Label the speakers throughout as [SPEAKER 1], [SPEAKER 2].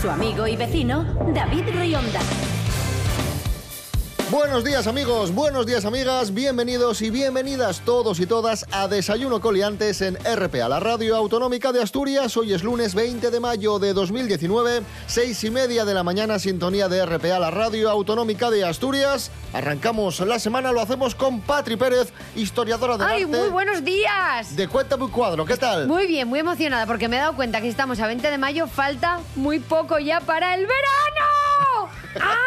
[SPEAKER 1] Su amigo y vecino, David Rionda.
[SPEAKER 2] Buenos días amigos, buenos días amigas, bienvenidos y bienvenidas todos y todas a Desayuno Coliantes en RPA, la radio autonómica de Asturias. Hoy es lunes 20 de mayo de 2019, seis y media de la mañana, sintonía de RPA, la radio autonómica de Asturias. Arrancamos la semana, lo hacemos con Patri Pérez, historiadora de
[SPEAKER 3] ¡Ay,
[SPEAKER 2] arte
[SPEAKER 3] muy buenos días!
[SPEAKER 2] de Cuéntame un cuadro, ¿qué tal?
[SPEAKER 3] Muy bien, muy emocionada porque me he dado cuenta que estamos a 20 de mayo, falta muy poco ya para el verano. ¡Ah!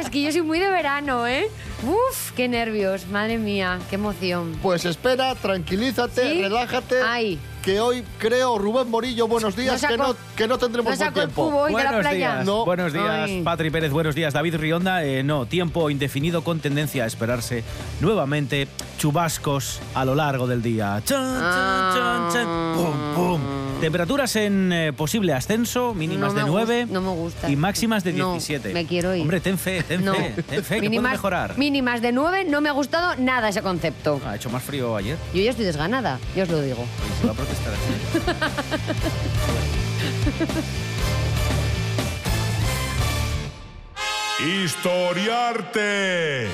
[SPEAKER 3] Es que yo soy muy de verano, ¿eh? ¡Uf! ¡Qué nervios! Madre mía, qué emoción.
[SPEAKER 2] Pues espera, tranquilízate,
[SPEAKER 3] ¿Sí?
[SPEAKER 2] relájate.
[SPEAKER 3] Ay.
[SPEAKER 2] Que hoy creo, Rubén Morillo, buenos días,
[SPEAKER 3] No
[SPEAKER 2] que,
[SPEAKER 3] sacó-
[SPEAKER 2] no, que no tendremos
[SPEAKER 3] ¿No
[SPEAKER 2] buen
[SPEAKER 3] saco el
[SPEAKER 2] tiempo.
[SPEAKER 3] cubo hoy de la playa?
[SPEAKER 4] Días,
[SPEAKER 2] No.
[SPEAKER 4] Buenos días,
[SPEAKER 3] Ay.
[SPEAKER 4] Patri Pérez, buenos días, David Rionda. Eh, no, tiempo indefinido con tendencia a esperarse nuevamente chubascos a lo largo del día. Chan, chan, chan,
[SPEAKER 3] Ah.
[SPEAKER 4] chan, pum, pum. Temperaturas en eh, posible ascenso, mínimas
[SPEAKER 3] No me
[SPEAKER 4] de 9
[SPEAKER 3] gust- no me gusta.
[SPEAKER 4] y máximas de
[SPEAKER 3] No,
[SPEAKER 4] 17.
[SPEAKER 3] me quiero ir.
[SPEAKER 4] Hombre, ten fe, ten
[SPEAKER 3] No.
[SPEAKER 4] fe, ten fe, que puede
[SPEAKER 3] Mínimas-
[SPEAKER 4] mejorar.
[SPEAKER 3] Mínimas de 9, no me ha gustado nada ese concepto.
[SPEAKER 4] Ha hecho más frío ayer,
[SPEAKER 3] Yo ya estoy desganada, yo os lo digo.
[SPEAKER 4] y se va a protestar. así.
[SPEAKER 5] Historiarte.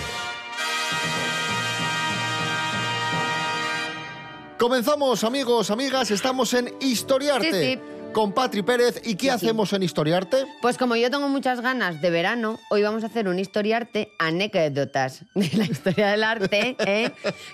[SPEAKER 2] Comenzamos, amigos, amigas, estamos en Historiarte
[SPEAKER 3] Sí, sí.
[SPEAKER 2] con Patri Pérez. ¿Y qué hacemos en Historiarte?
[SPEAKER 3] Pues como yo tengo muchas ganas de verano, hoy vamos a hacer un historiarte anécdotas de la historia del arte. ¿eh?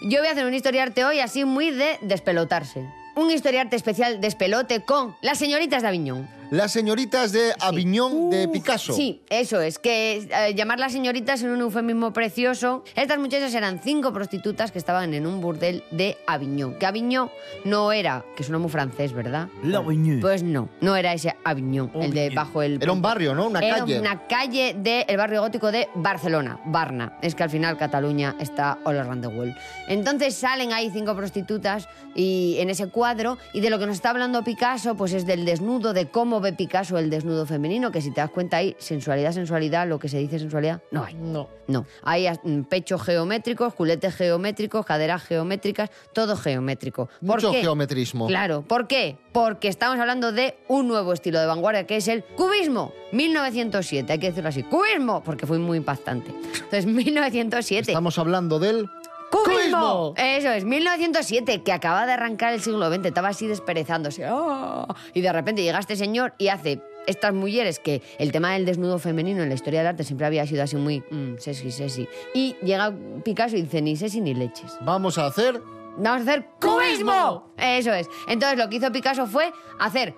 [SPEAKER 3] Yo voy a hacer un historiarte hoy así muy de despelotarse. Un historiarte especial despelote con las señoritas de Aviñón.
[SPEAKER 2] Las señoritas de Aviñón de Picasso.
[SPEAKER 3] Sí, eso es, que eh, llamarlas señoritas en un eufemismo precioso. Estas muchachas eran cinco prostitutas que estaban en un burdel de Aviñón. Que Aviñón no era, que suena muy francés, ¿verdad?
[SPEAKER 4] La Aviñón.
[SPEAKER 3] Pues no, no era ese Aviñón, el de
[SPEAKER 4] Aviñón.
[SPEAKER 3] bajo el...
[SPEAKER 2] Era un barrio, ¿no? Una
[SPEAKER 3] Era
[SPEAKER 2] calle.
[SPEAKER 3] una calle del barrio gótico de Barcelona, Barna. Es que al final Cataluña está all around the world. Entonces salen ahí cinco prostitutas y en ese cuadro y de lo que nos está hablando Picasso pues es del desnudo, de cómo ve Picasso el desnudo femenino, que si te das cuenta ahí sensualidad, sensualidad, lo que se dice sensualidad, no hay. No. No. Hay as- mm, pechos geométricos, culetes geométricos, caderas geométricas, todo geométrico. ¿Por
[SPEAKER 2] Mucho
[SPEAKER 3] qué?
[SPEAKER 2] geometrismo.
[SPEAKER 3] Claro, ¿por qué? Porque estamos hablando de un nuevo estilo de vanguardia que es el cubismo. 1907, hay que decirlo así, cubismo, porque fue muy impactante. Entonces, 1907.
[SPEAKER 2] Estamos hablando del
[SPEAKER 3] ¡Cubismo! Eso es, 1907, que acaba de arrancar el siglo XX, estaba así desperezándose. ¡Ah! Y de repente llega este señor y hace estas mujeres que el tema del desnudo femenino en la historia del arte siempre había sido así muy mm, sexy, sexy. Y llega Picasso y dice ni sexy ni leches.
[SPEAKER 2] Vamos a hacer
[SPEAKER 3] Vamos a hacer cubismo. Eso es. Entonces lo que hizo Picasso fue hacer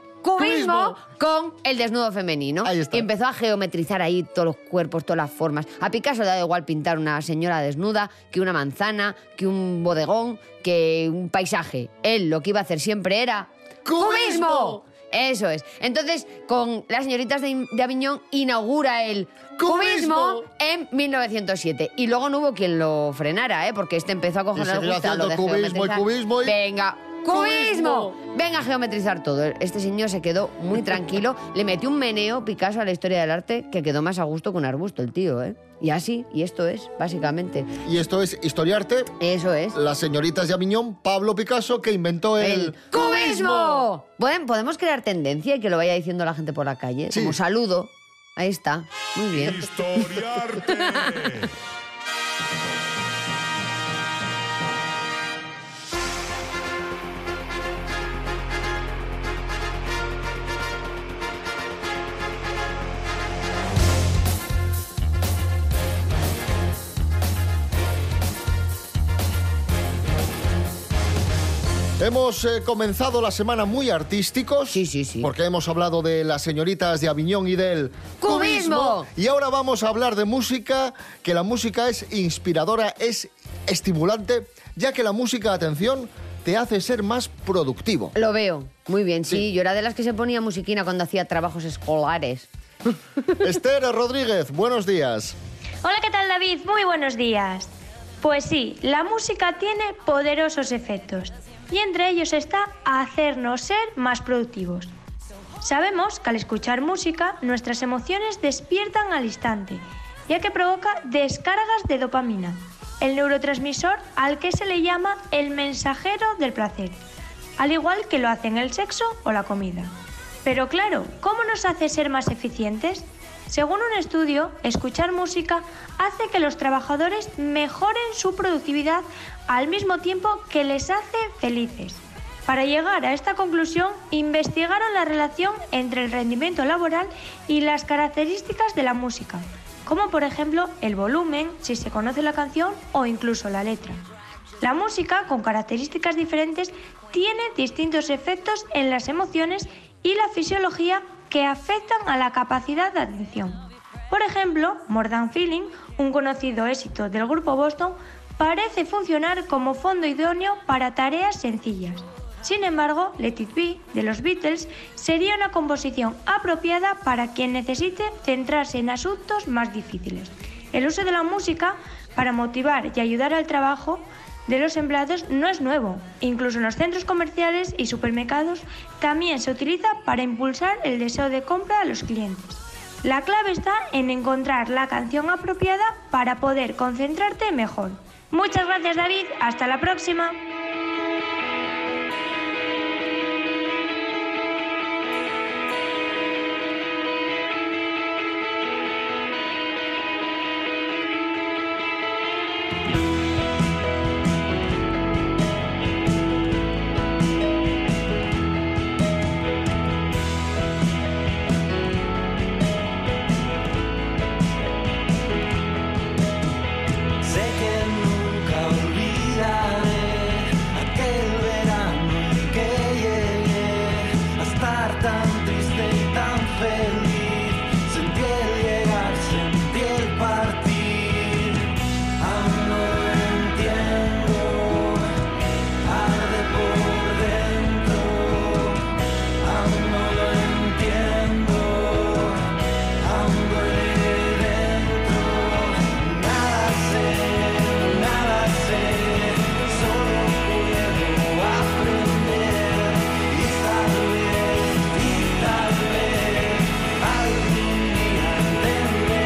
[SPEAKER 2] Cubismo.
[SPEAKER 3] cubismo, con el desnudo femenino.
[SPEAKER 2] Ahí está.
[SPEAKER 3] Y empezó a geometrizar ahí todos los cuerpos, todas las formas. A Picasso le da igual pintar una señora desnuda que una manzana, que un bodegón, que un paisaje. Él lo que iba a hacer siempre era
[SPEAKER 2] ¡Cubismo!
[SPEAKER 3] cubismo. Eso es. Entonces, con las señoritas de, de Aviñón inaugura el
[SPEAKER 2] ¡Cubismo!
[SPEAKER 3] cubismo en 1907. Y luego no hubo quien lo frenara, ¿eh? porque este empezó a coger
[SPEAKER 2] Y
[SPEAKER 3] no le
[SPEAKER 2] seguirá
[SPEAKER 3] gusta lo
[SPEAKER 2] haciendo
[SPEAKER 3] de
[SPEAKER 2] cubismo y
[SPEAKER 3] geometrizar.
[SPEAKER 2] cubismo y-
[SPEAKER 3] Venga,
[SPEAKER 2] ¡Cubismo!
[SPEAKER 3] cubismo. Venga a geometrizar todo. Este señor se quedó muy tranquilo. Le metió un meneo Picasso a la historia del arte que quedó más a gusto que un arbusto el tío, ¿eh? Y así, y esto es, básicamente.
[SPEAKER 2] y esto es Historiarte,
[SPEAKER 3] Eso es.
[SPEAKER 2] las señoritas de Aviñón, Pablo Picasso que inventó el,
[SPEAKER 3] cubismo. Pueden- Podemos crear tendencia y que lo vaya diciendo la gente por la calle.
[SPEAKER 2] Sí.
[SPEAKER 3] Como saludo. Ahí está. Muy bien.
[SPEAKER 5] Historiarte.
[SPEAKER 2] Hemos eh, comenzado la semana muy artísticos.
[SPEAKER 3] Sí, sí, sí.
[SPEAKER 2] Porque hemos hablado de las señoritas de Aviñón y del
[SPEAKER 3] ¡Cubismo!
[SPEAKER 2] Y ahora vamos a hablar de música, que la música es inspiradora, es estimulante, ya que la música, atención, te hace ser más productivo.
[SPEAKER 3] Lo veo. Muy bien, sí.
[SPEAKER 2] Sí.
[SPEAKER 3] Yo era de las que se ponía musiquina cuando hacía trabajos escolares.
[SPEAKER 2] Esther Rodríguez, buenos días.
[SPEAKER 6] Hola, ¿qué tal David? Muy buenos días. Pues sí, la música tiene poderosos efectos y entre ellos está hacernos ser más productivos. Sabemos que al escuchar música nuestras emociones despiertan al instante, ya que provoca descargas de dopamina, el neurotransmisor al que se le llama el mensajero del placer, al igual que lo hacen el sexo o la comida. Pero claro, ¿cómo nos hace ser más eficientes? Según un estudio, escuchar música hace que los trabajadores mejoren su productividad al mismo tiempo que les hace felices. Para llegar a esta conclusión, investigaron la relación entre el rendimiento laboral y las características de la música, como por ejemplo el volumen, si se conoce la canción o incluso la letra. La música, con características diferentes, tiene distintos efectos en las emociones y la fisiología que afectan a la capacidad de atención. Por ejemplo, More Than Feeling, un conocido éxito del grupo Boston, parece funcionar como fondo idóneo para tareas sencillas. Sin embargo, Let It Be de los Beatles sería una composición apropiada para quien necesite centrarse en asuntos más difíciles. El uso de la música para motivar y ayudar al trabajo de los empleados no es nuevo. Incluso en los centros comerciales y supermercados también se utiliza para impulsar el deseo de compra a los clientes. La clave está en encontrar la canción apropiada para poder concentrarte mejor. Muchas gracias David, hasta la próxima.
[SPEAKER 7] Sé que nunca olvidaré aquel verano en que llegué a estar tan triste y tan feliz. Sentí el llegar, sentí el partir. Aún no entiendo, arde por dentro. Aún no lo entiendo, aún duele dentro. Nada sé, nada sé, solo puedo aprender y tal vez, y tal vez algún día entenderé.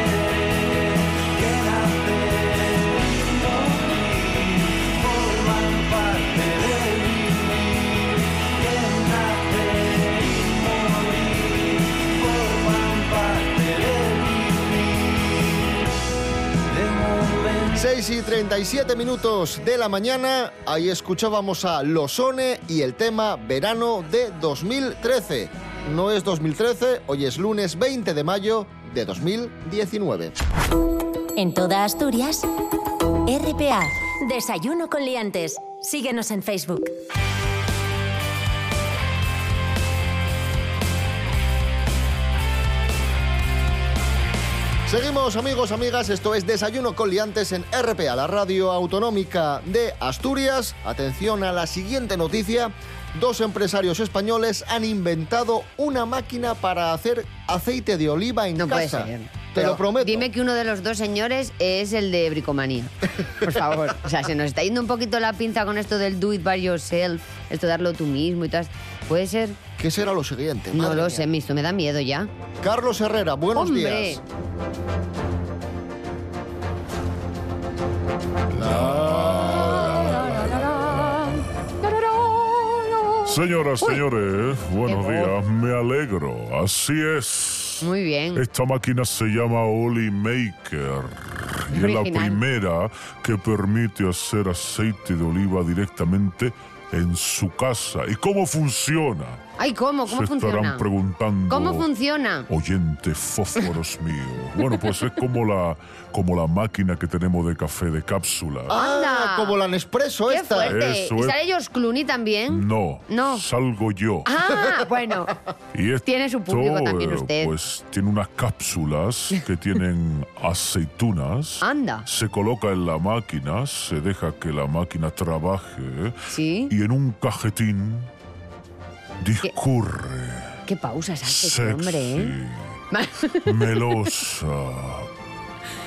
[SPEAKER 7] Quédate, conmigo, forman parte de vivir. Quédate y morir, forman parte de vivir. De momento
[SPEAKER 2] 6 y 37 minutos de la mañana, ahí escuchábamos a Losone y el tema Verano de 2013. No es 2013, hoy es lunes 20 de mayo de 2019.
[SPEAKER 1] En toda Asturias, RPA, Desayuno con Liantes. Síguenos en Facebook.
[SPEAKER 2] Seguimos amigos, amigas, esto es Desayuno con Liantes en RPA, la radio autonómica de Asturias. Atención a la siguiente noticia. Dos empresarios españoles han inventado una máquina para hacer aceite de oliva en
[SPEAKER 3] No puede
[SPEAKER 2] casa.
[SPEAKER 3] ser.
[SPEAKER 2] Te
[SPEAKER 3] Pero
[SPEAKER 2] lo prometo.
[SPEAKER 3] Dime que uno de los dos señores es el de bricomanía. Por favor. O sea, se nos está yendo un poquito la pinza con esto del do it by yourself, esto de darlo tú mismo y tal. ¿Puede ser?
[SPEAKER 2] ¿Qué será lo siguiente?
[SPEAKER 3] No
[SPEAKER 2] Madre
[SPEAKER 3] lo
[SPEAKER 2] mía.
[SPEAKER 3] sé, esto me da miedo ya.
[SPEAKER 2] Carlos Herrera, buenos
[SPEAKER 3] ¡Hombre!
[SPEAKER 2] días.
[SPEAKER 3] Ah.
[SPEAKER 5] Señoras, señores, buenos
[SPEAKER 3] Qué voz.
[SPEAKER 5] días. Me alegro. Así es.
[SPEAKER 3] Muy bien.
[SPEAKER 5] Esta máquina se llama Oli Maker. Y es la
[SPEAKER 3] Original.
[SPEAKER 5] primera que permite hacer aceite de oliva directamente en su casa. ¿Y cómo funciona?
[SPEAKER 3] Ay, ¿cómo? ¿Cómo
[SPEAKER 5] se
[SPEAKER 3] funciona?
[SPEAKER 5] estarán preguntando.
[SPEAKER 3] ¿Cómo funciona?
[SPEAKER 5] Oyentes fósforos míos. Bueno, pues es como la, como la máquina que tenemos de café de cápsula.
[SPEAKER 2] Ah,
[SPEAKER 3] Anda.
[SPEAKER 2] como la Nespresso
[SPEAKER 3] ¡Qué
[SPEAKER 2] esta.
[SPEAKER 3] fuerte!
[SPEAKER 5] Eso
[SPEAKER 3] ¿Y
[SPEAKER 5] es.
[SPEAKER 3] sale George Clooney también?
[SPEAKER 5] No,
[SPEAKER 3] No.
[SPEAKER 5] salgo yo.
[SPEAKER 3] Ah, bueno.
[SPEAKER 5] Y esto,
[SPEAKER 3] Tiene su público también
[SPEAKER 5] eh,
[SPEAKER 3] usted.
[SPEAKER 5] Pues tiene unas cápsulas que tienen aceitunas.
[SPEAKER 3] Anda.
[SPEAKER 5] Se coloca en la máquina, se deja que la máquina trabaje
[SPEAKER 3] Sí.
[SPEAKER 5] y en un cajetín discurre
[SPEAKER 3] Qué pausas hace
[SPEAKER 5] sexy
[SPEAKER 3] este hombre, ¿eh?
[SPEAKER 5] melosa.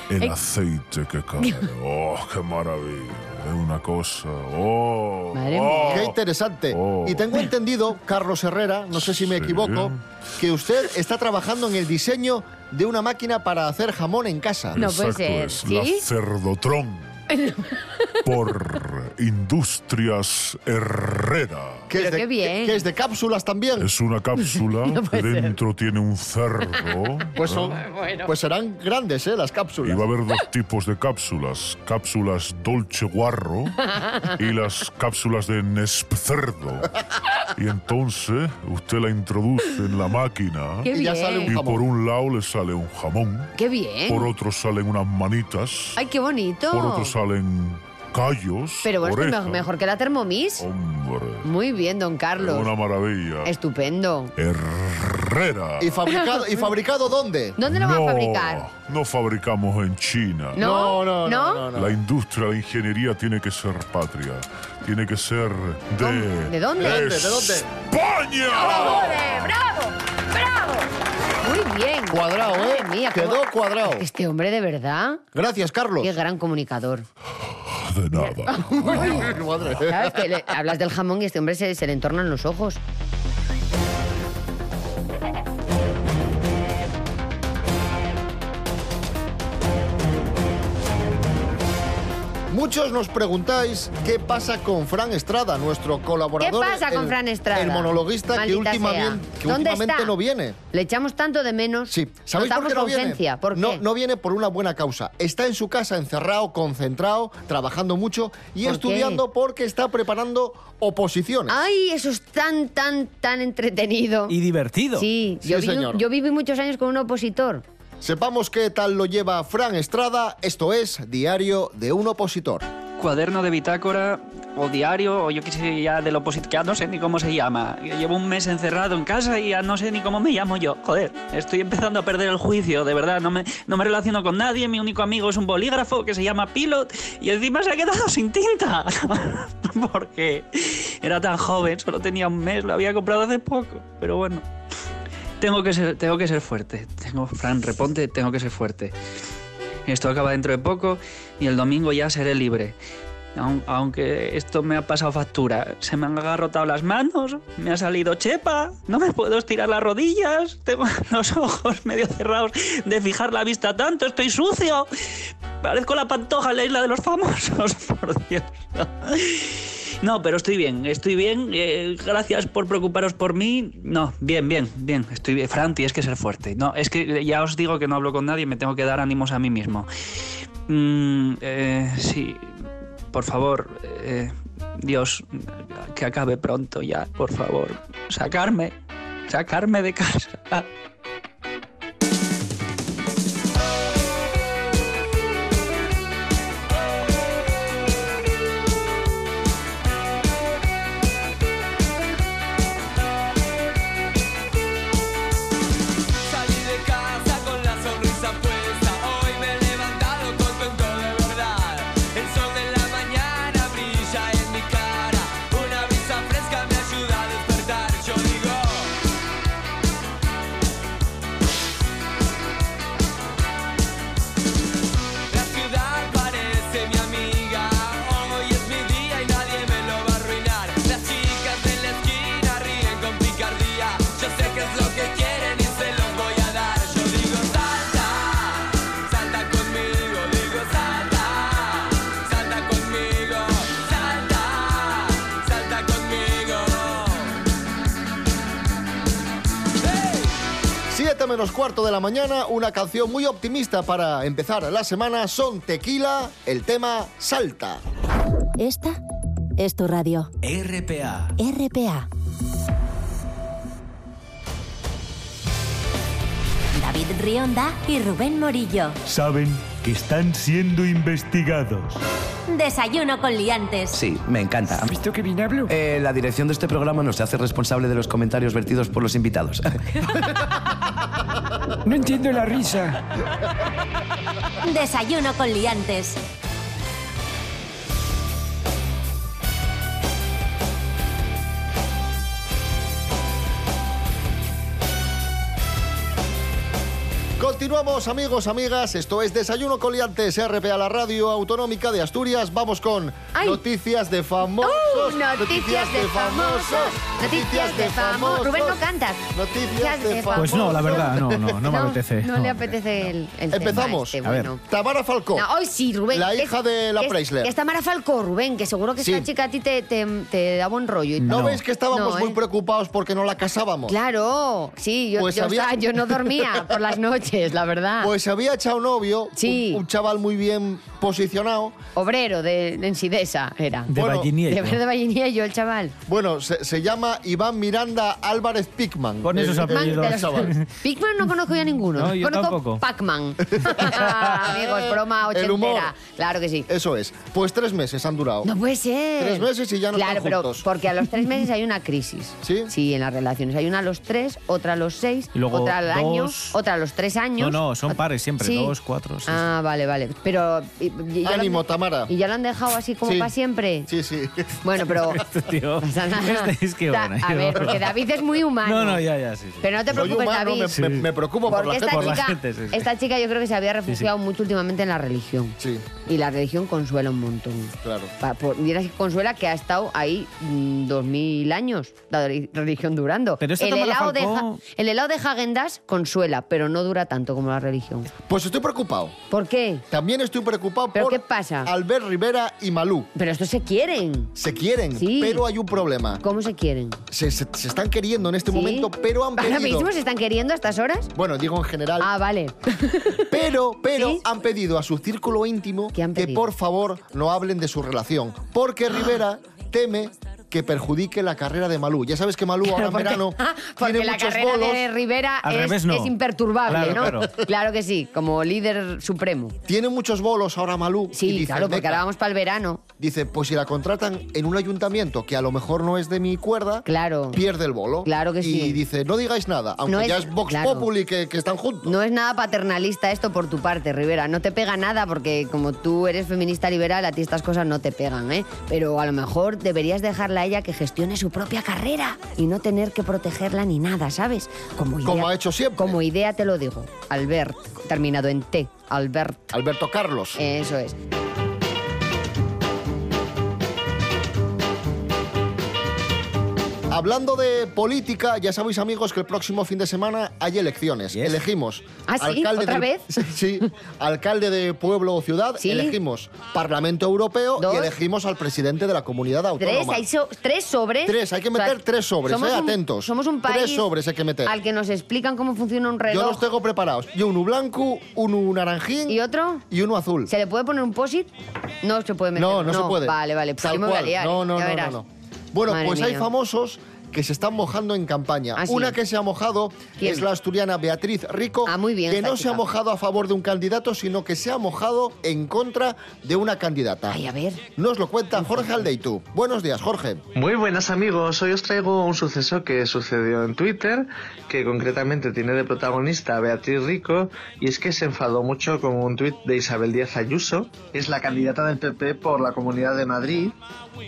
[SPEAKER 5] El aceite que cae. ¡Oh, qué maravilla! Es una cosa. ¡Oh!
[SPEAKER 3] Madre
[SPEAKER 5] oh.
[SPEAKER 2] Qué interesante.
[SPEAKER 5] Oh.
[SPEAKER 2] Y tengo entendido, Carlos Herrera, no sé si me
[SPEAKER 5] Sí.
[SPEAKER 2] equivoco, que usted está trabajando en el diseño de una máquina para hacer jamón en casa.
[SPEAKER 3] No puede
[SPEAKER 5] Exacto,
[SPEAKER 3] ser,
[SPEAKER 5] es
[SPEAKER 3] ¿sí?
[SPEAKER 5] pues la Cerdotron por Industrias Herrera.
[SPEAKER 2] Que es
[SPEAKER 3] Pero
[SPEAKER 2] de,
[SPEAKER 3] qué bien.
[SPEAKER 2] Que, que es de cápsulas también.
[SPEAKER 5] Es una cápsula que dentro tiene un cerdo.
[SPEAKER 2] Pues, son, pues serán grandes, ¿eh? Las
[SPEAKER 5] Y
[SPEAKER 2] cápsulas.
[SPEAKER 5] va a haber dos tipos de cápsulas. Cápsulas Dolce Guarro y las cápsulas de Nespcerdo. Y entonces usted la introduce en la máquina
[SPEAKER 3] Qué
[SPEAKER 2] Y ya sale
[SPEAKER 3] bien.
[SPEAKER 5] y
[SPEAKER 2] un jamón.
[SPEAKER 5] por un lado le sale un jamón,
[SPEAKER 3] Qué bien.
[SPEAKER 5] por otro salen unas manitas,
[SPEAKER 3] Ay, qué bonito.
[SPEAKER 5] por otro salen callos,
[SPEAKER 3] Pero bueno, esto es
[SPEAKER 5] orejas.
[SPEAKER 3] mejor, mejor que la Thermomix.
[SPEAKER 5] Hombre,
[SPEAKER 3] Muy bien, don
[SPEAKER 5] es
[SPEAKER 3] Carlos.
[SPEAKER 5] una maravilla.
[SPEAKER 3] Estupendo.
[SPEAKER 5] Herrera.
[SPEAKER 2] ¿Y fabricado, ¿Y fabricado dónde?
[SPEAKER 3] ¿Dónde lo van a fabricar?
[SPEAKER 5] No fabricamos en China.
[SPEAKER 3] No,
[SPEAKER 2] no, no,
[SPEAKER 3] no.
[SPEAKER 2] no, no.
[SPEAKER 5] La industria, la ingeniería tiene que ser patria. Tiene que ser de.
[SPEAKER 3] ¿Dónde?
[SPEAKER 5] ¡De
[SPEAKER 2] ¿De
[SPEAKER 3] ¿De dónde?
[SPEAKER 2] dónde? ¿De dónde?
[SPEAKER 5] ¡España!
[SPEAKER 3] ¡Ole, ¡Bravo! ¡Bravo! Muy bien.
[SPEAKER 2] Cuadrado, ¿eh?
[SPEAKER 3] Madre mía,
[SPEAKER 2] Quedó
[SPEAKER 3] cómo-
[SPEAKER 2] cuadrado.
[SPEAKER 3] Este hombre de verdad,
[SPEAKER 2] Gracias, Carlos.
[SPEAKER 3] qué gran comunicador.
[SPEAKER 5] De nada.
[SPEAKER 2] Madre.
[SPEAKER 3] ¿Sabes? Que le- hablas del jamón y este hombre se, se le entornan los ojos.
[SPEAKER 2] Muchos nos preguntáis qué pasa con Fran Estrada, nuestro colaborador.
[SPEAKER 3] ¿Qué pasa con
[SPEAKER 2] el-
[SPEAKER 3] Fran Estrada?
[SPEAKER 2] El monologuista que,
[SPEAKER 3] Maldita
[SPEAKER 2] últimamen-
[SPEAKER 3] sea.
[SPEAKER 2] que
[SPEAKER 3] ¿Dónde
[SPEAKER 2] últimamente
[SPEAKER 3] está?
[SPEAKER 2] no viene.
[SPEAKER 3] Le echamos tanto de menos.
[SPEAKER 2] Sí, ¿sabéis por
[SPEAKER 3] Notamos
[SPEAKER 2] qué no
[SPEAKER 3] su ausencia.
[SPEAKER 2] viene?
[SPEAKER 3] ¿Por qué?
[SPEAKER 2] No, no viene por una buena causa. Está en su casa encerrado, concentrado, trabajando mucho y
[SPEAKER 3] ¿Por Ah.
[SPEAKER 2] estudiando porque está preparando oposiciones.
[SPEAKER 3] Ay, eso es tan, tan, tan entretenido.
[SPEAKER 4] Y divertido.
[SPEAKER 3] Sí,
[SPEAKER 2] Sí,
[SPEAKER 3] yo, viví-
[SPEAKER 2] señor.
[SPEAKER 3] yo viví muchos años con un opositor.
[SPEAKER 2] Sepamos qué tal lo lleva Fran Estrada. Esto es Diario de un opositor.
[SPEAKER 8] cuaderno de bitácora o diario o yo qué sé ya del opositor, ya no sé ni cómo se llama. Llevo un mes encerrado en casa y ya no sé ni cómo me llamo yo. Joder, estoy empezando a perder el juicio, de verdad, no me, no me relaciono con nadie, mi único amigo es un bolígrafo que se llama Pilot y encima se ha quedado sin tinta. Porque era tan joven, solo tenía un mes, lo había comprado hace poco, pero bueno. Tengo que ser, tengo que ser fuerte. Tengo, Fran, reponte, tengo que ser fuerte. Esto acaba dentro de poco y el domingo ya seré libre. Aun- Aunque esto me ha pasado factura, se me han agarrotado las manos, me ha salido chepa, no me puedo estirar las rodillas, tengo los ojos medio cerrados de fijar la vista tanto, estoy sucio, parezco la pantoja en la isla de los famosos, por Dios. No, pero estoy bien, estoy bien, eh, gracias por preocuparos por mí, no, bien, bien, bien, estoy bien, Fran, tienes que ser fuerte, no, es que ya os digo que no hablo con nadie, me tengo que dar ánimos a mí mismo. Mm, eh, sí, por favor, eh, Dios, que acabe pronto ya, por favor. Sacarme, sacarme de casa.
[SPEAKER 9] Salí de casa con la sonrisa puesta, hoy me he levantado contento de verdad. El sol de la mañana brilla en mi cara, una brisa fresca me ayuda a despertar. Yo digo, la ciudad parece mi amiga, hoy es mi día y nadie me lo va a arruinar. Las chicas de la esquina ríen con picardía, yo sé que es lo que quieren y se los voy a dar. Yo digo salta, salta conmigo, digo salta, salta conmigo, salta, salta conmigo. ¡Hey!
[SPEAKER 2] 7 menos cuarto de la mañana, una canción muy optimista para empezar la semana. Son Tequila, el tema Salta.
[SPEAKER 1] Esta es tu radio.
[SPEAKER 4] RPA.
[SPEAKER 1] RPA. David Rionda y Rubén Morillo.
[SPEAKER 10] Saben que están siendo investigados.
[SPEAKER 1] Desayuno con liantes.
[SPEAKER 11] Sí, me encanta. ¿Has visto que bien hablo? la dirección de este programa no se hace responsable de los comentarios vertidos por los invitados.
[SPEAKER 10] No entiendo la risa.
[SPEAKER 1] Desayuno con liantes.
[SPEAKER 2] Continuamos, amigos, amigas. Esto es Desayuno Coliantes, RPA, la radio autonómica de Asturias. Vamos con
[SPEAKER 3] Ay.
[SPEAKER 2] noticias de famosos.
[SPEAKER 3] ¡Uh! Noticias de famosos. Noticias de famosos. Rubén, no cantas.
[SPEAKER 2] Noticias de
[SPEAKER 4] Pues no, la verdad, no, no, no me apetece.
[SPEAKER 3] No le apetece el, el tema
[SPEAKER 2] Empezamos.
[SPEAKER 3] este,
[SPEAKER 4] A ver.
[SPEAKER 3] bueno.
[SPEAKER 2] Tamara Falcó.
[SPEAKER 3] No, hoy sí, Rubén.
[SPEAKER 2] La
[SPEAKER 3] que
[SPEAKER 2] hija
[SPEAKER 3] es-
[SPEAKER 2] de la
[SPEAKER 3] que es-
[SPEAKER 2] Preisler.
[SPEAKER 3] que es Tamara Falcó, Rubén, que seguro que
[SPEAKER 2] Sí.
[SPEAKER 3] esta chica a ti te, te- te da buen rollo. Y
[SPEAKER 2] ¿No,
[SPEAKER 3] tal.
[SPEAKER 2] veis que estábamos
[SPEAKER 3] No,
[SPEAKER 2] muy
[SPEAKER 3] ¿eh?
[SPEAKER 2] preocupados porque no la casábamos?
[SPEAKER 3] Claro, sí, yo,
[SPEAKER 2] Pues
[SPEAKER 3] yo
[SPEAKER 2] había-
[SPEAKER 3] estaba- yo no dormía por las noches, la verdad.
[SPEAKER 2] Pues se había echado novio,
[SPEAKER 3] Sí.
[SPEAKER 2] un, un chaval muy bien posicionado.
[SPEAKER 3] Obrero de, de Ensidesa era.
[SPEAKER 4] De
[SPEAKER 2] Bueno,
[SPEAKER 4] Valliniello.
[SPEAKER 3] De verdad, Valliniello, el chaval.
[SPEAKER 2] Bueno, se, se llama Iván Miranda Álvarez Picman.
[SPEAKER 4] Con esos
[SPEAKER 2] El-
[SPEAKER 3] Pac-Man
[SPEAKER 4] apellidos.
[SPEAKER 3] de los-
[SPEAKER 2] chaval.
[SPEAKER 3] Pac-Man no conozco yo a ninguno.
[SPEAKER 4] No, yo
[SPEAKER 3] conozco
[SPEAKER 4] tampoco.
[SPEAKER 3] Pac-Man. Amigos, broma
[SPEAKER 2] El humor.
[SPEAKER 3] ochentera. Claro que sí.
[SPEAKER 2] Eso es. Pues tres meses han durado.
[SPEAKER 3] No puede ser.
[SPEAKER 2] Tres meses y ya no
[SPEAKER 3] Claro,
[SPEAKER 2] están
[SPEAKER 3] pero
[SPEAKER 2] juntos.
[SPEAKER 3] porque a los tres meses hay una crisis.
[SPEAKER 2] ¿Sí?
[SPEAKER 3] Sí, en las relaciones. Hay una a los tres, otra a los seis,
[SPEAKER 4] Y luego
[SPEAKER 3] otra al
[SPEAKER 4] dos.
[SPEAKER 3] año, otra a los tres años.
[SPEAKER 4] No, no, son pares siempre,
[SPEAKER 3] Sí.
[SPEAKER 4] dos, cuatro, seis.
[SPEAKER 3] Ah, vale, vale. Pero... y- y ya lo han-
[SPEAKER 2] Ánimo, Tamara.
[SPEAKER 3] ¿Y ya lo han dejado así como
[SPEAKER 2] Sí.
[SPEAKER 3] para siempre?
[SPEAKER 2] Sí, sí.
[SPEAKER 3] Bueno, pero...
[SPEAKER 4] Este tío,
[SPEAKER 3] pasa nada.
[SPEAKER 4] este es que
[SPEAKER 3] Da-
[SPEAKER 4] bueno,
[SPEAKER 3] a
[SPEAKER 4] yo-
[SPEAKER 3] ver, porque David es muy humano.
[SPEAKER 4] No, no, ya, ya, sí, sí.
[SPEAKER 3] Pero no te
[SPEAKER 2] Soy
[SPEAKER 3] preocupes,
[SPEAKER 2] humano,
[SPEAKER 3] David.
[SPEAKER 2] me, me- me preocupo por la
[SPEAKER 3] Porque esta
[SPEAKER 2] gente.
[SPEAKER 4] la
[SPEAKER 3] chica,
[SPEAKER 4] gente, sí, sí.
[SPEAKER 3] esta chica yo creo que se había refugiado mucho últimamente en la religión.
[SPEAKER 2] Sí.
[SPEAKER 3] Y la religión consuela un montón.
[SPEAKER 2] Claro.
[SPEAKER 3] Pa- por- Vieras que consuela que ha estado ahí mm, dos mil años la re- religión durando.
[SPEAKER 4] Pero esta
[SPEAKER 3] el,
[SPEAKER 4] Tamara
[SPEAKER 3] helado de
[SPEAKER 4] Falcó-
[SPEAKER 3] Ja- el helado de Häagen-Dazs consuela, pero no dura tanto como la religión.
[SPEAKER 2] Pues estoy preocupado.
[SPEAKER 3] ¿Por qué?
[SPEAKER 2] También estoy preocupado
[SPEAKER 3] ¿Pero
[SPEAKER 2] por
[SPEAKER 3] qué pasa?
[SPEAKER 2] Albert Rivera y Malú.
[SPEAKER 3] Pero estos se quieren.
[SPEAKER 2] Se quieren,
[SPEAKER 3] Sí.
[SPEAKER 2] pero hay un problema.
[SPEAKER 3] ¿Cómo se quieren?
[SPEAKER 2] Se, se- se están queriendo en este
[SPEAKER 3] ¿Sí?
[SPEAKER 2] momento, pero han pedido...
[SPEAKER 3] ¿Ahora mismo se están queriendo a estas horas?
[SPEAKER 2] Bueno, digo en general.
[SPEAKER 3] Ah, vale.
[SPEAKER 2] Pero, pero
[SPEAKER 3] ¿Sí?
[SPEAKER 2] han pedido a su círculo íntimo
[SPEAKER 3] ¿Qué han
[SPEAKER 2] que
[SPEAKER 3] pedido?
[SPEAKER 2] por favor no hablen de su relación, porque Rivera teme que perjudique la carrera de Malú. Ya sabes que Malú ahora en
[SPEAKER 3] porque-
[SPEAKER 2] verano
[SPEAKER 3] porque
[SPEAKER 2] tiene
[SPEAKER 3] la
[SPEAKER 2] muchos
[SPEAKER 3] carrera
[SPEAKER 2] bolos,
[SPEAKER 3] de Rivera
[SPEAKER 4] Al
[SPEAKER 3] es,
[SPEAKER 4] revés, no.
[SPEAKER 3] es imperturbable,
[SPEAKER 4] Claro,
[SPEAKER 3] ¿no?
[SPEAKER 4] claro.
[SPEAKER 3] que sí, como líder supremo.
[SPEAKER 2] tiene muchos bolos ahora Malú.
[SPEAKER 3] Sí,
[SPEAKER 2] y dice,
[SPEAKER 3] claro, porque
[SPEAKER 2] "Venga".
[SPEAKER 3] ahora vamos para el verano.
[SPEAKER 2] Dice, pues si la contratan en un ayuntamiento que a lo mejor no es de mi cuerda,
[SPEAKER 3] Claro.
[SPEAKER 2] pierde el bolo.
[SPEAKER 3] Claro que sí.
[SPEAKER 2] Y dice, no digáis nada, aunque
[SPEAKER 3] No es-
[SPEAKER 2] ya es Vox
[SPEAKER 3] claro.
[SPEAKER 2] Populi que, que están juntos.
[SPEAKER 3] No es nada paternalista esto por tu parte, Rivera. No te pega nada porque como tú eres feminista liberal, a ti estas cosas no te pegan, ¿eh? Pero a lo mejor deberías dejarla a ella que gestione su propia carrera y no tener que protegerla ni nada, ¿sabes? Como, idea,
[SPEAKER 2] Como ha hecho siempre.
[SPEAKER 3] Como idea te lo digo. Albert, terminado en T. Albert.
[SPEAKER 2] Alberto Carlos.
[SPEAKER 3] Eso es.
[SPEAKER 2] Hablando de política, ya sabéis amigos que el próximo fin de semana hay elecciones.
[SPEAKER 4] Yes.
[SPEAKER 2] Elegimos
[SPEAKER 3] ¿Ah, sí? ¿Otra
[SPEAKER 2] del-
[SPEAKER 3] vez?
[SPEAKER 2] Sí, sí. alcalde de pueblo o ciudad,
[SPEAKER 3] ¿Sí?
[SPEAKER 2] elegimos Parlamento Europeo
[SPEAKER 3] Dos.
[SPEAKER 2] y elegimos al presidente de la comunidad
[SPEAKER 3] Tres,
[SPEAKER 2] autónoma.
[SPEAKER 3] hay so- tres sobres.
[SPEAKER 2] Tres, hay que meter tres sobres,
[SPEAKER 3] somos
[SPEAKER 2] eh,
[SPEAKER 3] un-
[SPEAKER 2] atentos.
[SPEAKER 3] Somos un
[SPEAKER 2] Tres
[SPEAKER 3] país.
[SPEAKER 2] sobres hay que meter.
[SPEAKER 3] Al que nos explican cómo funciona un reloj.
[SPEAKER 2] Yo los tengo preparados. Yo uno blanco, uno naranjín
[SPEAKER 3] ¿Y otro?
[SPEAKER 2] y uno azul.
[SPEAKER 3] ¿Se le puede poner un posit? No se puede meter.
[SPEAKER 2] No, no, se puede.
[SPEAKER 3] Vale, vale. Pues
[SPEAKER 2] Tal
[SPEAKER 3] yo me voy a
[SPEAKER 2] cual.
[SPEAKER 3] liar,
[SPEAKER 2] No, no,
[SPEAKER 3] ya
[SPEAKER 2] no,
[SPEAKER 3] verás.
[SPEAKER 2] no, no. Bueno,
[SPEAKER 3] Madre
[SPEAKER 2] pues hay
[SPEAKER 3] mía.
[SPEAKER 2] famosos que se están mojando en campaña.
[SPEAKER 3] ¿Ah, sí?
[SPEAKER 2] Una que se ha mojado
[SPEAKER 3] ¿Quién?
[SPEAKER 2] es la asturiana Beatriz Rico,
[SPEAKER 3] Ah, muy bien,
[SPEAKER 2] que
[SPEAKER 3] esta
[SPEAKER 2] no se ha
[SPEAKER 3] chica.
[SPEAKER 2] mojado a favor de un candidato, sino que se ha mojado en contra de una candidata.
[SPEAKER 3] Ay, a ver.
[SPEAKER 2] Nos lo cuenta Jorge Aldeitu. Buenos días, Jorge.
[SPEAKER 12] Muy buenas amigos, hoy os traigo un suceso que sucedió en Twitter, que concretamente tiene de protagonista a Beatriz Rico, y es que se enfadó mucho con un tuit de Isabel Díaz Ayuso, es la candidata del PP por la Comunidad de Madrid,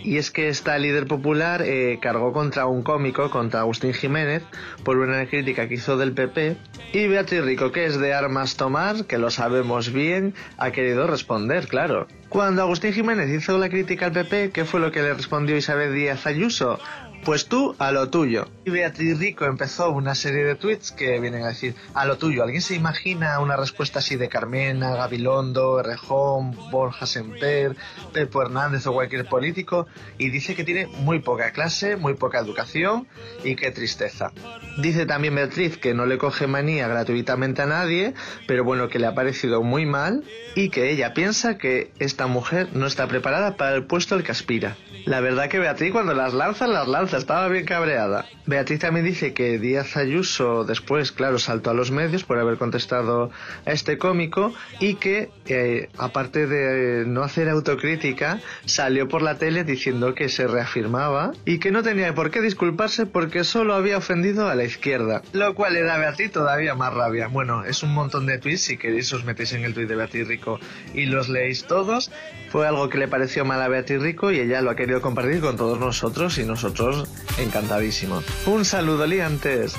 [SPEAKER 12] y es que esta líder popular eh, cargó contra un cómico, contra Agustín Jiménez, por una crítica que hizo del PP, y Beatriz Rico, que es de armas tomar, que lo sabemos bien, ha querido responder, claro. Cuando Agustín Jiménez hizo la crítica al PP, ¿qué fue lo que le respondió Isabel Díaz Ayuso? Pues tú a lo tuyo. Y Beatriz Rico empezó una serie de tweets que vienen a decir a lo tuyo. ¿Alguien se imagina una respuesta así de Carmena, Gabilondo, Errejón, Borja Semper, Pepo Hernández o cualquier político? Y dice que tiene muy poca clase, muy poca educación y qué tristeza. Dice también Beatriz que no le coge manía gratuitamente a nadie, pero bueno, que le ha parecido muy mal y que ella piensa que esta mujer no está preparada para el puesto al que aspira. La verdad que Beatriz cuando las lanza, las lanza, estaba bien cabreada. Beatriz también dice que Díaz Ayuso después, claro, saltó a los medios por haber contestado a este cómico y que, eh, aparte de eh, no hacer autocrítica, salió por la tele diciendo que se reafirmaba y que no tenía por qué disculparse porque solo había ofendido a la izquierda, lo cual le da a Beatriz todavía más rabia. Bueno, es un montón de tweets, si queréis os metéis en el tweet de Beatriz Rico y los leéis todos. Fue algo que le pareció mal a Beatriz Rico y ella lo ha querido compartir con todos nosotros y nosotros encantadísimos. Un saludo, liantes.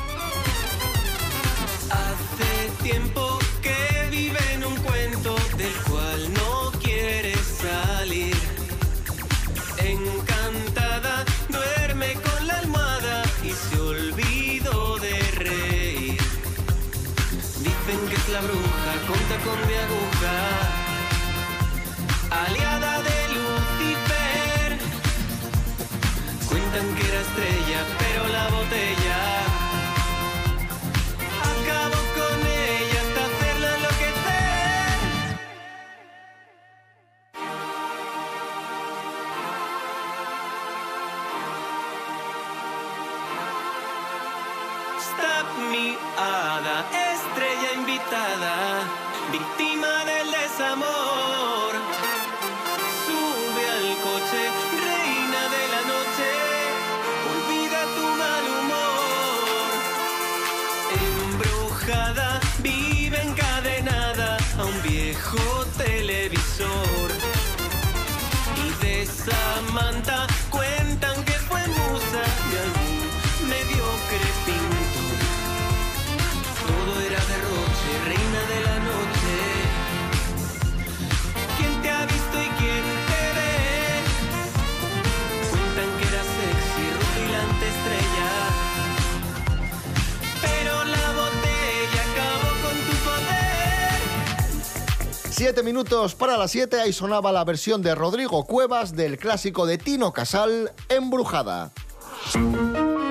[SPEAKER 9] Hace tiempo dicen que es la bruja, corta con mi aguja. Aliada de Lucifer. Cuentan que era estrella, pero la botella. Acabó con ella hasta hacerla enloquecer. Stop mi hada, estrella invitada, víctima del desamor. Sube al coche, reina de la noche, olvida tu mal humor. Embrujada, vive encadenada a un viejo televisor. Y de Samantha cuentan que fue musa de algún mediocre pintor. Todo era derroche, reina de la noche. ¿Quién te ha visto y quién te ve? Cuentan que era sexy, rutilante estrella. Pero la botella acabó con tu poder.
[SPEAKER 2] Siete minutos para las siete, ahí sonaba la versión de Rodrigo Cuevas del clásico de Tino Casal, Embrujada.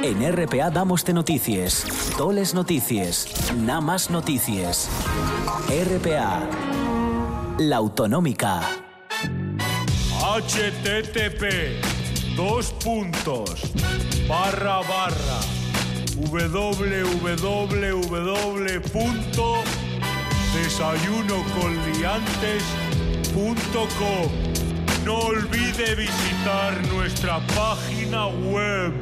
[SPEAKER 13] En RPA damos de noticias, toles noticias, nada más noticias. RPA, la autonómica.
[SPEAKER 10] HTTP, dos puntos, barra barra, www.desayunoconliantes.com. No olvide visitar nuestra página web.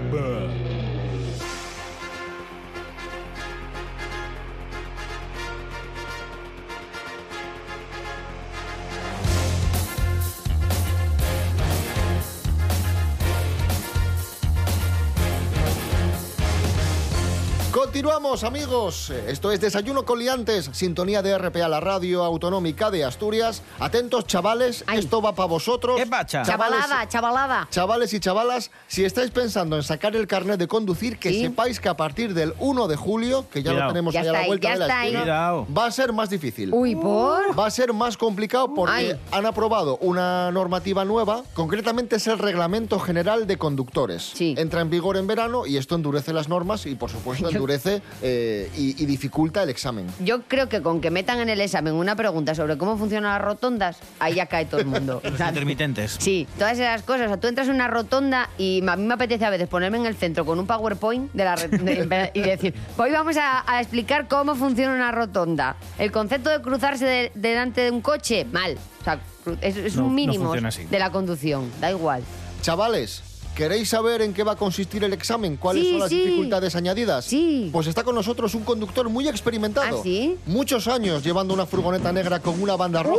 [SPEAKER 2] Continuamos, amigos. Esto es Desayuno con Liantes, sintonía de RPA, la radio autonómica de Asturias. Atentos, chavales, esto va para vosotros.
[SPEAKER 3] Chavalada, chavalada.
[SPEAKER 2] Chavales y chavalas, si estáis pensando en sacar el carnet de conducir, que sepáis que a partir del 1 de julio, que ya
[SPEAKER 4] Cuidado.
[SPEAKER 2] lo tenemos
[SPEAKER 4] Ya
[SPEAKER 2] ahí a
[SPEAKER 4] está
[SPEAKER 2] la
[SPEAKER 4] ahí,
[SPEAKER 2] vuelta
[SPEAKER 4] ya
[SPEAKER 2] de la
[SPEAKER 4] está ahí.
[SPEAKER 2] esquina,
[SPEAKER 4] Cuidado.
[SPEAKER 2] va a ser más difícil.
[SPEAKER 3] Uy, ¿por?
[SPEAKER 2] Va a ser más complicado porque
[SPEAKER 3] Ay.
[SPEAKER 2] han aprobado una normativa nueva, concretamente es el Reglamento General de Conductores. Entra en vigor en verano y esto endurece las normas y, por supuesto, endurece eh, y- y dificulta el examen.
[SPEAKER 3] Yo creo que con que metan en el examen una pregunta sobre cómo funcionan las rotondas, ahí ya cae todo el mundo.
[SPEAKER 4] Los intermitentes.
[SPEAKER 3] Sí, todas esas cosas. O sea, tú entras en una rotonda y a mí me apetece a veces ponerme en el centro con un PowerPoint de la re- de- y decir, "Pues hoy vamos a, a explicar cómo funciona una rotonda. El concepto de cruzarse de- delante de un coche, mal. O sea, cru- es, es
[SPEAKER 2] No-
[SPEAKER 3] un
[SPEAKER 2] no
[SPEAKER 3] mínimo
[SPEAKER 2] funciona así.
[SPEAKER 3] de la conducción, da igual.
[SPEAKER 2] Chavales, ¿queréis saber en qué va a consistir el examen? ¿Cuáles
[SPEAKER 3] Sí,
[SPEAKER 2] son las
[SPEAKER 3] sí.
[SPEAKER 2] dificultades añadidas?
[SPEAKER 3] Sí.
[SPEAKER 2] Pues está con nosotros un conductor muy experimentado.
[SPEAKER 3] ¿Ah, sí?
[SPEAKER 2] Muchos años llevando una furgoneta negra con una banda roja.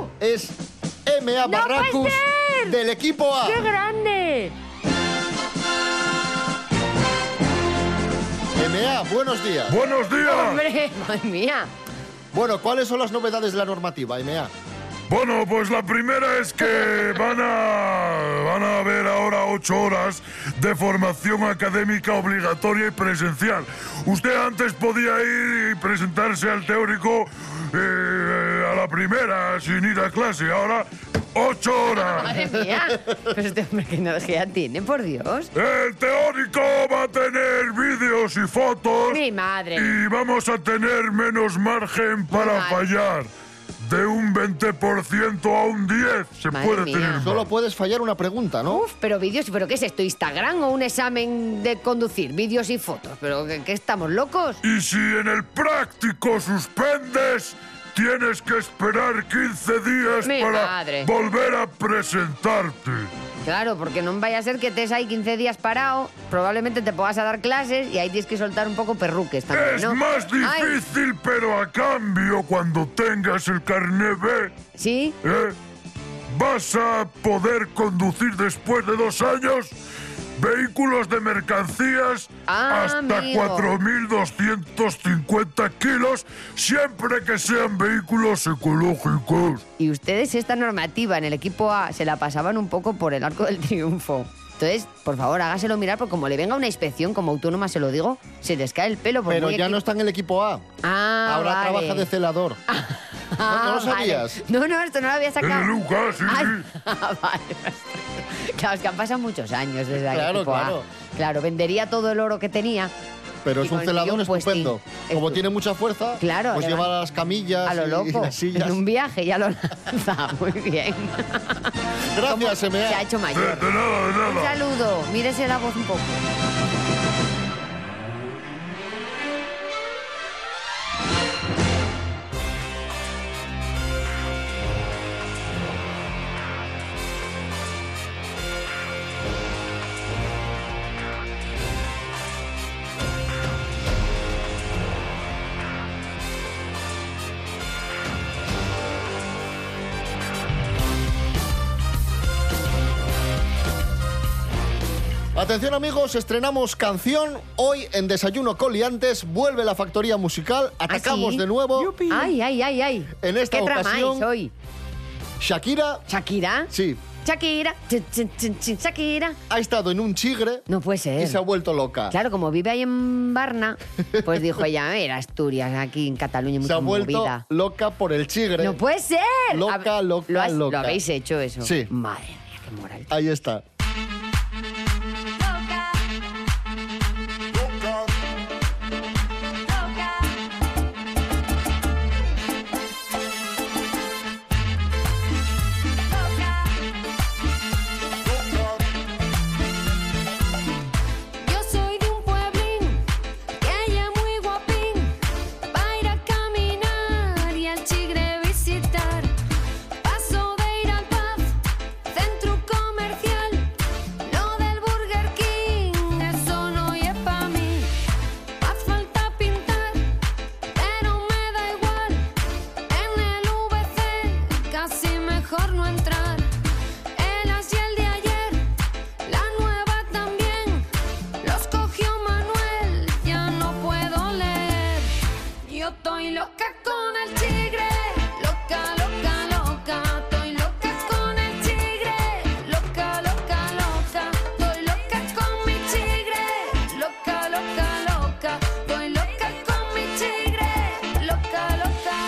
[SPEAKER 3] ¡Uh!
[SPEAKER 2] Es M.A. Barracus del equipo A.
[SPEAKER 3] ¡Qué grande!
[SPEAKER 2] M.A., buenos días.
[SPEAKER 14] ¡Buenos
[SPEAKER 3] ¡Hombre! ¡Madre mía!
[SPEAKER 2] Bueno, ¿cuáles son las novedades de la normativa, M.A.?
[SPEAKER 14] Bueno, pues la primera es que van a, van a haber ahora ocho horas de formación académica obligatoria y presencial. Usted antes podía ir y presentarse al teórico eh, a la primera sin ir a clase. Ahora, ocho horas.
[SPEAKER 3] ¡Madre mía! Pero este hombre que energía tiene, por Dios.
[SPEAKER 14] El teórico va a tener vídeos y fotos.
[SPEAKER 3] Mi madre.
[SPEAKER 14] Y vamos a tener menos margen para fallar. De un 20% a un 10 se
[SPEAKER 3] Madre
[SPEAKER 14] puede
[SPEAKER 3] mía.
[SPEAKER 14] tener. más.
[SPEAKER 2] Solo puedes fallar una pregunta, ¿no?
[SPEAKER 3] Uf, pero vídeos, ¿pero qué es esto? ¿Instagram o un examen de conducir? Vídeos y fotos. ¿Pero qué, qué estamos locos?
[SPEAKER 14] Y si en el práctico suspendes, tienes que esperar 15 días
[SPEAKER 3] Mi
[SPEAKER 14] para
[SPEAKER 3] madre.
[SPEAKER 14] volver a presentarte.
[SPEAKER 3] Claro, porque no vaya a ser que estés ahí 15 días parado, probablemente te pongas a dar clases y ahí tienes que soltar un poco perruques también,
[SPEAKER 14] Es
[SPEAKER 3] ¿no?
[SPEAKER 14] más
[SPEAKER 3] Ay,
[SPEAKER 14] difícil, pero a cambio, cuando tengas el carnet B,
[SPEAKER 3] ¿Sí?
[SPEAKER 14] ¿Eh? vas a poder conducir después de dos años vehículos de mercancías
[SPEAKER 3] Ah,
[SPEAKER 14] hasta
[SPEAKER 3] amigo.
[SPEAKER 14] 4.250 kilos, siempre que sean vehículos ecológicos.
[SPEAKER 3] y ustedes esta normativa en el equipo A se la pasaban un poco por el arco del triunfo. Entonces, por favor, hágaselo mirar, porque como le venga una inspección, como autónoma se lo digo, se les cae el pelo. por
[SPEAKER 2] Pero
[SPEAKER 3] muy
[SPEAKER 2] ya
[SPEAKER 3] equi-
[SPEAKER 2] no está en el equipo A.
[SPEAKER 3] Ah,
[SPEAKER 2] Ahora
[SPEAKER 3] vale.
[SPEAKER 2] trabaja de celador.
[SPEAKER 3] Ah,
[SPEAKER 2] no lo
[SPEAKER 3] vale.
[SPEAKER 2] sabías.
[SPEAKER 3] No, no, esto no lo había sacado.
[SPEAKER 2] Eh, Lucas, sí,
[SPEAKER 3] Ay, ah, vale. Claro, es que han pasado muchos años desde aquí.
[SPEAKER 2] Claro, claro.
[SPEAKER 3] Claro, vendería todo el oro que tenía.
[SPEAKER 2] Pero
[SPEAKER 3] Y
[SPEAKER 2] es un
[SPEAKER 3] con
[SPEAKER 2] celador
[SPEAKER 3] guión, pues,
[SPEAKER 2] estupendo.
[SPEAKER 3] sí.
[SPEAKER 2] Como
[SPEAKER 3] Estu-
[SPEAKER 2] tiene mucha fuerza,
[SPEAKER 3] Claro,
[SPEAKER 2] pues
[SPEAKER 3] le
[SPEAKER 2] lleva
[SPEAKER 3] va-
[SPEAKER 2] las camillas
[SPEAKER 3] a lo
[SPEAKER 2] y- y
[SPEAKER 3] loco.
[SPEAKER 2] las sillas.
[SPEAKER 3] En un viaje ya lo lanza. Muy bien.
[SPEAKER 2] Gracias,
[SPEAKER 3] Se ha hecho mayor. Un saludo. Mírese la voz un poco.
[SPEAKER 2] Atención amigos, estrenamos canción. Hoy en Desayuno Coliantes vuelve la factoría musical. Atacamos
[SPEAKER 3] Ah, sí?
[SPEAKER 2] de nuevo.
[SPEAKER 3] Ay, ay, ay, ay.
[SPEAKER 2] En esta
[SPEAKER 3] ¿Qué tramáis
[SPEAKER 2] ocasión,
[SPEAKER 3] hoy?
[SPEAKER 2] Shakira.
[SPEAKER 3] ¿Shakira?
[SPEAKER 2] Sí.
[SPEAKER 3] Shakira. Chin, chin, chin, chin, Shakira.
[SPEAKER 2] Ha estado en un chigre.
[SPEAKER 3] No puede ser.
[SPEAKER 2] Y se ha vuelto loca.
[SPEAKER 3] Claro, como vive ahí en Barna, pues dijo ella, mira, Asturias, aquí en Cataluña,
[SPEAKER 2] Se
[SPEAKER 3] mucha
[SPEAKER 2] ha vuelto
[SPEAKER 3] movida.
[SPEAKER 2] loca por el chigre.
[SPEAKER 3] ¡No puede ser!
[SPEAKER 2] Loca, loca,
[SPEAKER 3] ¿Lo, has- lo
[SPEAKER 2] loca.
[SPEAKER 3] habéis hecho eso?
[SPEAKER 2] Sí.
[SPEAKER 3] Madre
[SPEAKER 2] Ahí está.
[SPEAKER 15] Yo soy de un pueblín que haya muy guapín para ir a caminar y al chigre visitar. Paso de ir al pub, centro comercial, lo del Burger King, eso no es para mí. Haz falta pintar, pero me da igual. En el VC casi mejor no entrar. El asiel de ayer, la nueva también. Los cogió Manuel, ya no puedo leer. Yo estoy loca con el tigre, loca, loca, loca. Estoy loca con el tigre, loca, loca, loca. Estoy loca con mi tigre, loca, loca, loca. Estoy loca con mi tigre, loca, loca,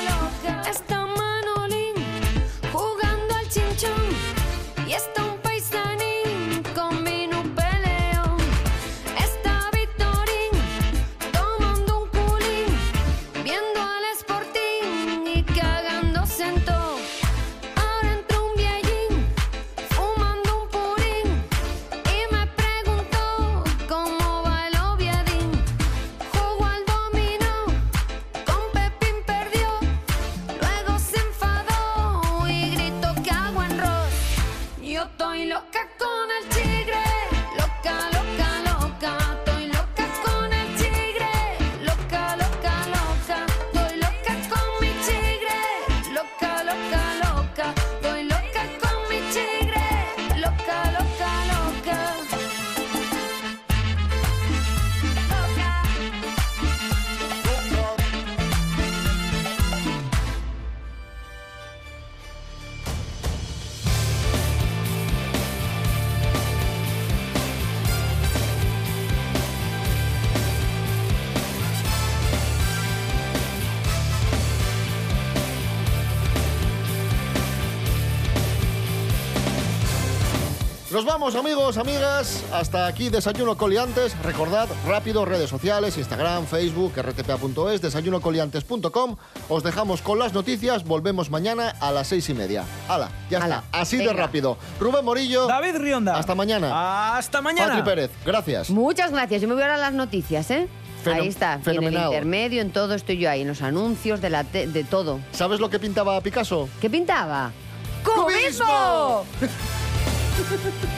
[SPEAKER 15] loca. Está Manolín jugando al chinchón y está un paisanín con mi peleón. Está Victorín tomando un culín, viendo al Sporting y cagándose en todo. Ahora entró un viejín fumando un purín y me preguntó cómo va el Oviedín. Jugó al dominó, con Pepín perdió, luego se enfadó y gritó que hago en rock. Yo estoy loca con el tigre, loca, loca, loca. Estoy loca con el tigre, loca, loca, loca. Estoy loca con mi tigre, loca, loca, loca. Estoy loca con mi tigre, loca, loca, loca.
[SPEAKER 2] Nos vamos amigos, amigas. Hasta aquí Desayuno Coliantes. Recordad rápido redes sociales, Instagram, Facebook, rtpa.es, desayunocoliantes.com. Os dejamos con las noticias. Volvemos mañana a las seis y media. Hala, ya está. Así de
[SPEAKER 3] venga.
[SPEAKER 2] rápido. Rubén Morillo. David
[SPEAKER 4] Rionda.
[SPEAKER 2] Hasta mañana.
[SPEAKER 4] Hasta
[SPEAKER 3] mañana.
[SPEAKER 2] Patri Pérez, gracias.
[SPEAKER 3] Muchas gracias. Yo me voy ahora a las noticias, ¿eh?
[SPEAKER 2] Feno-
[SPEAKER 3] ahí está. Y En el
[SPEAKER 2] fenomenal.
[SPEAKER 3] intermedio, en todo estoy yo ahí, en los anuncios, de, la te- de todo.
[SPEAKER 2] ¿Sabes lo que pintaba Picasso?
[SPEAKER 3] ¿Qué pintaba? ¡Cubismo!